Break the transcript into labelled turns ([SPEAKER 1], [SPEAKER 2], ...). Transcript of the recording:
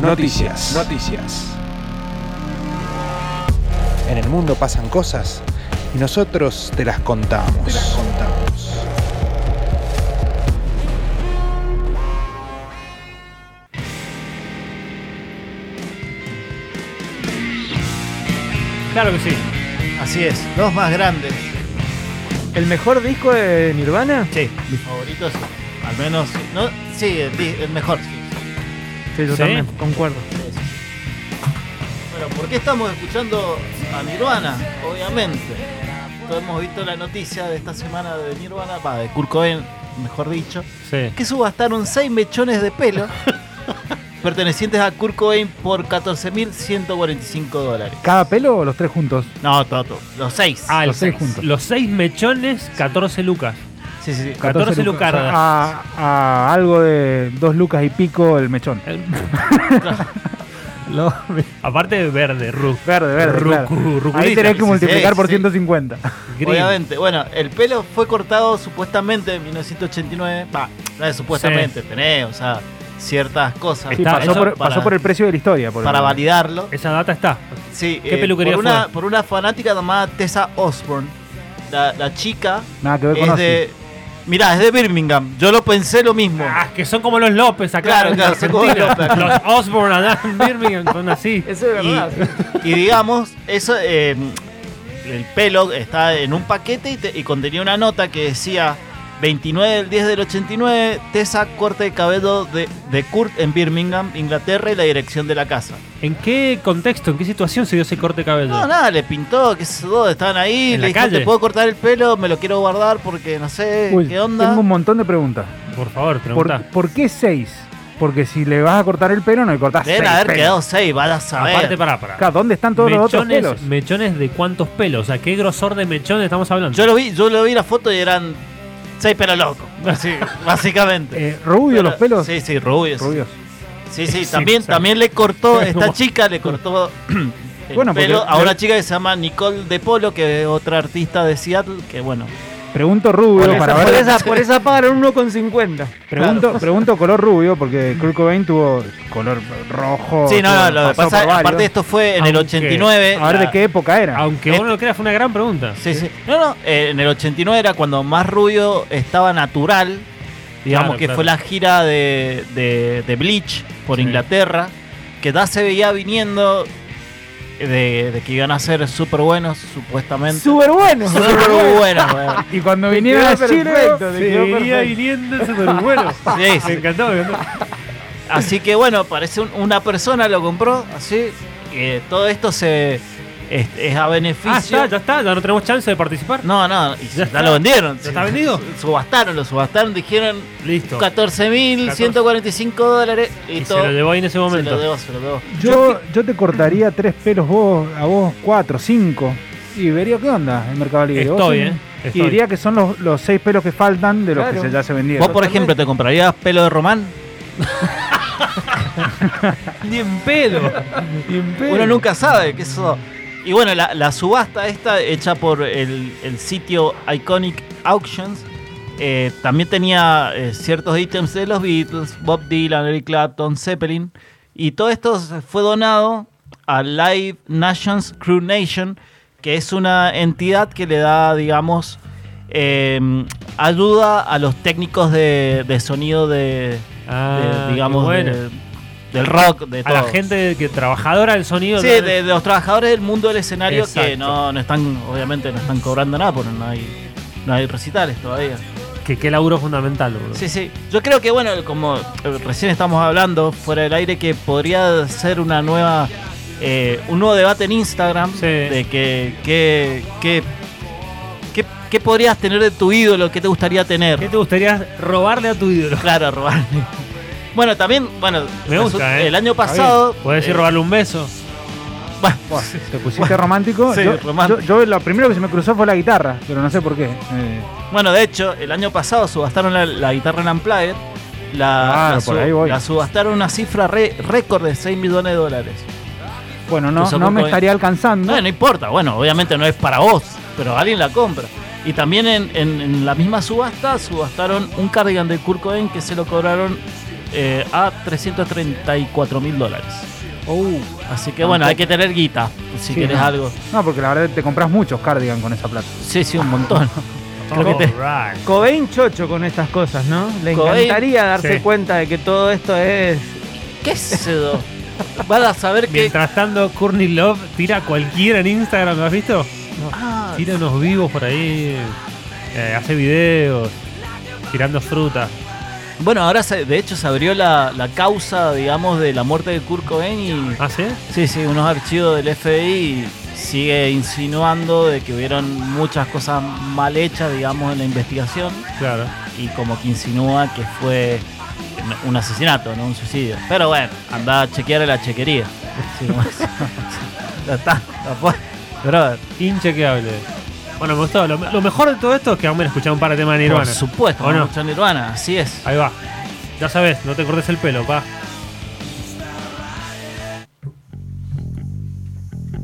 [SPEAKER 1] Noticias. Noticias. En el mundo pasan cosas y nosotros te las contamos. Te las contamos.
[SPEAKER 2] Claro que sí.
[SPEAKER 3] Así es, dos más grandes.
[SPEAKER 2] ¿El mejor disco de Nirvana?
[SPEAKER 3] Sí, mis favoritos, al menos. No, sí, el, di- el mejor. sí.
[SPEAKER 2] Sí, yo
[SPEAKER 4] ¿Sí?
[SPEAKER 2] también, concuerdo.
[SPEAKER 3] Bueno, ¿por qué estamos escuchando a Nirvana? Obviamente. Todos hemos visto la noticia de esta semana de Nirvana, va, de Kurt Cobain, mejor dicho,
[SPEAKER 4] Sí.
[SPEAKER 3] que subastaron seis mechones de pelo pertenecientes a Kurt Cobain por 14.145 dólares.
[SPEAKER 5] ¿Cada pelo o los tres juntos?
[SPEAKER 3] No, todo, todo, los seis.
[SPEAKER 4] Ah,
[SPEAKER 5] Los
[SPEAKER 4] los,
[SPEAKER 5] seis
[SPEAKER 4] seis
[SPEAKER 5] juntos.
[SPEAKER 4] los seis mechones, 14 lucas.
[SPEAKER 3] Sí, sí, sí.
[SPEAKER 4] 14
[SPEAKER 5] lucas.
[SPEAKER 4] lucardas.
[SPEAKER 5] O sea, A, a algo de dos lucas y pico el mechón.
[SPEAKER 4] El-
[SPEAKER 5] Lo-
[SPEAKER 4] aparte de verde, Ruf.
[SPEAKER 5] verde, verde.
[SPEAKER 4] Rucu-
[SPEAKER 5] claro.
[SPEAKER 4] ruculita.
[SPEAKER 5] Ahí tenés
[SPEAKER 4] Sí,
[SPEAKER 5] que
[SPEAKER 4] sí,
[SPEAKER 5] multiplicar por
[SPEAKER 3] sí.
[SPEAKER 5] 150.
[SPEAKER 4] Green.
[SPEAKER 3] Obviamente, bueno, el pelo fue cortado supuestamente en 1989. Va, no es supuestamente, tenés, o sea, ciertas cosas.
[SPEAKER 5] Sí,
[SPEAKER 4] Está-
[SPEAKER 5] pasó,
[SPEAKER 4] eso
[SPEAKER 5] por,
[SPEAKER 3] para-
[SPEAKER 5] pasó por el precio de la historia. Por
[SPEAKER 3] para
[SPEAKER 5] el-
[SPEAKER 3] validarlo.
[SPEAKER 4] Esa data está.
[SPEAKER 3] Sí, eh,
[SPEAKER 4] ¿Qué peluquería
[SPEAKER 3] por una,
[SPEAKER 4] fue?
[SPEAKER 3] Por una fanática llamada Tessa Osborne. La, la chica
[SPEAKER 5] Nada que ver con
[SPEAKER 3] es
[SPEAKER 5] Ozzy.
[SPEAKER 3] de. Mirá, es de Birmingham. Yo lo pensé lo mismo.
[SPEAKER 4] Ah, que son como los López acá.
[SPEAKER 3] Claro, claro,
[SPEAKER 4] los
[SPEAKER 3] son como los
[SPEAKER 4] argentinos.
[SPEAKER 3] López.
[SPEAKER 4] Los Osborne allá en Birmingham son así.
[SPEAKER 5] Eso es verdad.
[SPEAKER 3] y, y digamos, eso. eh, el pelo está en un paquete y, te- y contenía una nota que decía 29 del 10 del 89, Tessa corte de cabello de, de Kurt en Birmingham, Inglaterra y la dirección de la casa.
[SPEAKER 4] ¿En qué contexto, en qué situación se dio ese corte de cabello?
[SPEAKER 3] No, nada, le pintó, que sé yo, estaban ahí,
[SPEAKER 4] En
[SPEAKER 3] le
[SPEAKER 4] la
[SPEAKER 3] dijo,
[SPEAKER 4] calle.
[SPEAKER 3] te puedo cortar el pelo, me lo quiero guardar porque no sé,
[SPEAKER 5] Uy,
[SPEAKER 3] ¿qué onda?
[SPEAKER 5] Tengo un montón de preguntas.
[SPEAKER 4] Por favor,
[SPEAKER 5] ¿Por,
[SPEAKER 4] pregunta.
[SPEAKER 5] por qué 6? Porque si le vas a cortar el pelo, no le cortás
[SPEAKER 3] Deben
[SPEAKER 5] seis
[SPEAKER 3] haber
[SPEAKER 5] pelos.
[SPEAKER 3] quedado seis, vaya a saber.
[SPEAKER 4] Aparte, pará, pará.
[SPEAKER 5] Claro, ¿Dónde están todos los otros pelos?
[SPEAKER 4] mechones de cuántos pelos, o sea, qué grosor de mechones estamos hablando.
[SPEAKER 3] yo lo vi, yo lo vi la foto y eran seis pero locos. Así, básicamente.
[SPEAKER 5] Eh, ¿Rubio los pelos?
[SPEAKER 3] Sí, sí, rubios.
[SPEAKER 5] Rubios.
[SPEAKER 3] Sí, sí,
[SPEAKER 4] Sí,
[SPEAKER 3] también,
[SPEAKER 4] exacto.
[SPEAKER 3] también le cortó, esta
[SPEAKER 4] Como-
[SPEAKER 3] chica le cortó el
[SPEAKER 5] Bueno, porque-
[SPEAKER 3] pelo a una chica que se llama Nicole De Polo, que es otra artista de Seattle, que bueno.
[SPEAKER 5] Pregunto rubio
[SPEAKER 2] Por
[SPEAKER 5] para
[SPEAKER 2] esa,
[SPEAKER 5] ver.
[SPEAKER 2] por, esa, por esa pagaron 1,50.
[SPEAKER 5] Pregunto, pregunto color rubio porque Kurt Cobain tuvo color rojo.
[SPEAKER 3] Sí, no,
[SPEAKER 5] tuvo-
[SPEAKER 3] no, lo que
[SPEAKER 5] Oh, pasó
[SPEAKER 3] pasa,
[SPEAKER 5] por varios.
[SPEAKER 3] aparte esto fue en el
[SPEAKER 4] Aunque-
[SPEAKER 3] 89.
[SPEAKER 5] A ver
[SPEAKER 3] la-
[SPEAKER 5] de qué época era.
[SPEAKER 4] Aunque
[SPEAKER 3] Este-
[SPEAKER 4] uno lo crea, fue una gran pregunta.
[SPEAKER 3] Sí, sí. No, no, eh, en el 89 era cuando más rubio estaba natural. Digamos
[SPEAKER 4] Claro,
[SPEAKER 3] que
[SPEAKER 4] claro.
[SPEAKER 3] fue la gira de, de- de Bleach por
[SPEAKER 4] Sí.
[SPEAKER 3] Inglaterra. Que ya se veía viniendo de, de que iban a ser súper buenos, supuestamente.
[SPEAKER 2] Súper bueno.
[SPEAKER 3] Súper buenos, weón.
[SPEAKER 5] Y cuando vinieron a Chile,
[SPEAKER 2] perfecto,
[SPEAKER 5] se
[SPEAKER 2] te
[SPEAKER 5] quedó
[SPEAKER 2] quedó
[SPEAKER 4] Seguía
[SPEAKER 5] perfecto.
[SPEAKER 4] viniendo súper bueno.
[SPEAKER 3] Sí,
[SPEAKER 4] Me
[SPEAKER 3] sí.
[SPEAKER 4] encantó, me encantó.
[SPEAKER 3] Así que bueno, parece un- una persona lo compró así. que todo esto se es, es a
[SPEAKER 4] Ah,
[SPEAKER 3] beneficio.
[SPEAKER 4] está, ya está, ya no tenemos chance de participar.
[SPEAKER 3] No, no, y ya,
[SPEAKER 4] Ya está.
[SPEAKER 3] lo vendieron.
[SPEAKER 4] ¿Ya está vendido?
[SPEAKER 3] Subastaron, lo subastaron, dijeron
[SPEAKER 4] Listo.
[SPEAKER 3] 14.145 dólares y,
[SPEAKER 4] Y se
[SPEAKER 3] todo.
[SPEAKER 4] lo llevó ahí en ese
[SPEAKER 3] Se lo
[SPEAKER 4] momento.
[SPEAKER 3] debo, se lo debo.
[SPEAKER 5] Yo, yo te cortaría tres pelos vos, a vos cuatro, cinco. Y vería qué onda en Mercado Libre. Vos
[SPEAKER 4] Estoy,
[SPEAKER 5] son-
[SPEAKER 4] eh.
[SPEAKER 5] Y
[SPEAKER 4] Estoy.
[SPEAKER 5] diría que son los, los seis pelos que faltan de los
[SPEAKER 2] Claro.
[SPEAKER 5] que se- ya se vendieron.
[SPEAKER 3] ¿Vos, por ejemplo, te comprarías pelo de Román?
[SPEAKER 4] Ni en pedo.
[SPEAKER 3] Uno nunca sabe que eso. Y bueno, la, la subasta esta, hecha por el, el sitio Iconic Auctions, eh, también tenía eh, ciertos ítems de los Beatles, Bob Dylan, Eric Clapton, Zeppelin. Y todo esto se fue donado a Live Nations Crew Nation, que es una entidad que le da, digamos, eh, ayuda a los técnicos de, de sonido de, de,
[SPEAKER 4] Ah,
[SPEAKER 3] digamos,
[SPEAKER 4] digamos, bueno.
[SPEAKER 3] de- del rock, de
[SPEAKER 4] a la
[SPEAKER 3] todo.
[SPEAKER 4] gente que trabajadora del sonido.
[SPEAKER 3] Sí,
[SPEAKER 4] ¿no?
[SPEAKER 3] de, de los trabajadores del mundo del escenario que
[SPEAKER 4] Exacto.
[SPEAKER 3] no, no están, obviamente no están cobrando nada porque no hay, no hay recitales todavía.
[SPEAKER 4] Que qué laburo fundamental, boludo.
[SPEAKER 3] Sí, sí. Yo creo que, bueno, como eh, recién estamos hablando fuera del aire, que podría ser una nueva, eh, un nuevo debate en Instagram
[SPEAKER 4] Sí.
[SPEAKER 3] de que, que, que- que- que podrías tener de tu ídolo, qué te gustaría tener.
[SPEAKER 4] ¿Qué te gustaría robarle a tu ídolo?
[SPEAKER 3] Claro, robarle. Bueno, también, bueno,
[SPEAKER 4] Me gusta,
[SPEAKER 3] resu-
[SPEAKER 4] ¿eh?
[SPEAKER 3] el año pasado...
[SPEAKER 4] Puedes decir
[SPEAKER 3] eh,
[SPEAKER 4] robarle un beso.
[SPEAKER 3] bueno,
[SPEAKER 5] Buah, Te pusiste romántico.
[SPEAKER 3] Sí,
[SPEAKER 5] yo,
[SPEAKER 3] romántico.
[SPEAKER 5] yo- yo lo primero que se me cruzó fue la guitarra, pero no sé por qué. Eh,
[SPEAKER 3] Bueno, de hecho, el año pasado subastaron la, la guitarra en Unplugged. La,
[SPEAKER 5] Claro,
[SPEAKER 3] la
[SPEAKER 5] por ahí voy.
[SPEAKER 3] la subastaron una cifra re- récord de 6 millones de dólares.
[SPEAKER 5] bueno, no,
[SPEAKER 3] Cruzó
[SPEAKER 5] no
[SPEAKER 3] con
[SPEAKER 5] me
[SPEAKER 3] Cobain.
[SPEAKER 5] estaría alcanzando.
[SPEAKER 3] No, no importa, bueno, obviamente no es para vos, pero alguien la compra. Y también en, en- en la misma subasta subastaron un cardigan de Kurt Cobain que se lo cobraron eh, a 334 mil dólares.
[SPEAKER 5] Uh,
[SPEAKER 3] Así que bueno, hay que tener guita si
[SPEAKER 5] Sí,
[SPEAKER 3] quieres
[SPEAKER 5] no.
[SPEAKER 3] algo.
[SPEAKER 5] No, porque la verdad te compras muchos cardigan con esa plata.
[SPEAKER 3] Sí, sí, un montón. Creo que te-
[SPEAKER 4] Alright.
[SPEAKER 2] Cobain chocho con estas cosas, ¿no? Le
[SPEAKER 3] Cobain-
[SPEAKER 2] encantaría darse
[SPEAKER 4] Sí.
[SPEAKER 2] cuenta de que todo esto es.
[SPEAKER 3] ¿Qué es eso? Van a saber que.
[SPEAKER 4] Mientras tanto, Courtney Love tira a cualquiera en Instagram, ¿lo has visto?
[SPEAKER 3] Ah,
[SPEAKER 4] Tira unos vivos por ahí, eh, hace videos, tirando fruta.
[SPEAKER 3] bueno, ahora se- de hecho se abrió la, la causa, digamos, de la muerte de Kurt Cobain y
[SPEAKER 4] ¿Ah, sí?
[SPEAKER 3] Sí, sí, unos archivos del FBI sigue insinuando de que hubieron muchas cosas mal hechas, digamos, en la investigación
[SPEAKER 4] Claro.
[SPEAKER 3] y como que insinúa que fue un asesinato, no un suicidio. Pero bueno, anda a chequear a la chequería. Sí, como es. ya está, tampoco- brother,
[SPEAKER 4] Inchequeable. Bueno, me gustó. Lo, lo mejor de todo esto es que vamos a escuchar un par de temas de Nirvana.
[SPEAKER 3] Por supuesto,
[SPEAKER 4] ¿O no?
[SPEAKER 3] mucho Nirvana, así es.
[SPEAKER 4] Ahí va. Ya sabes, no te cortes el pelo, pa.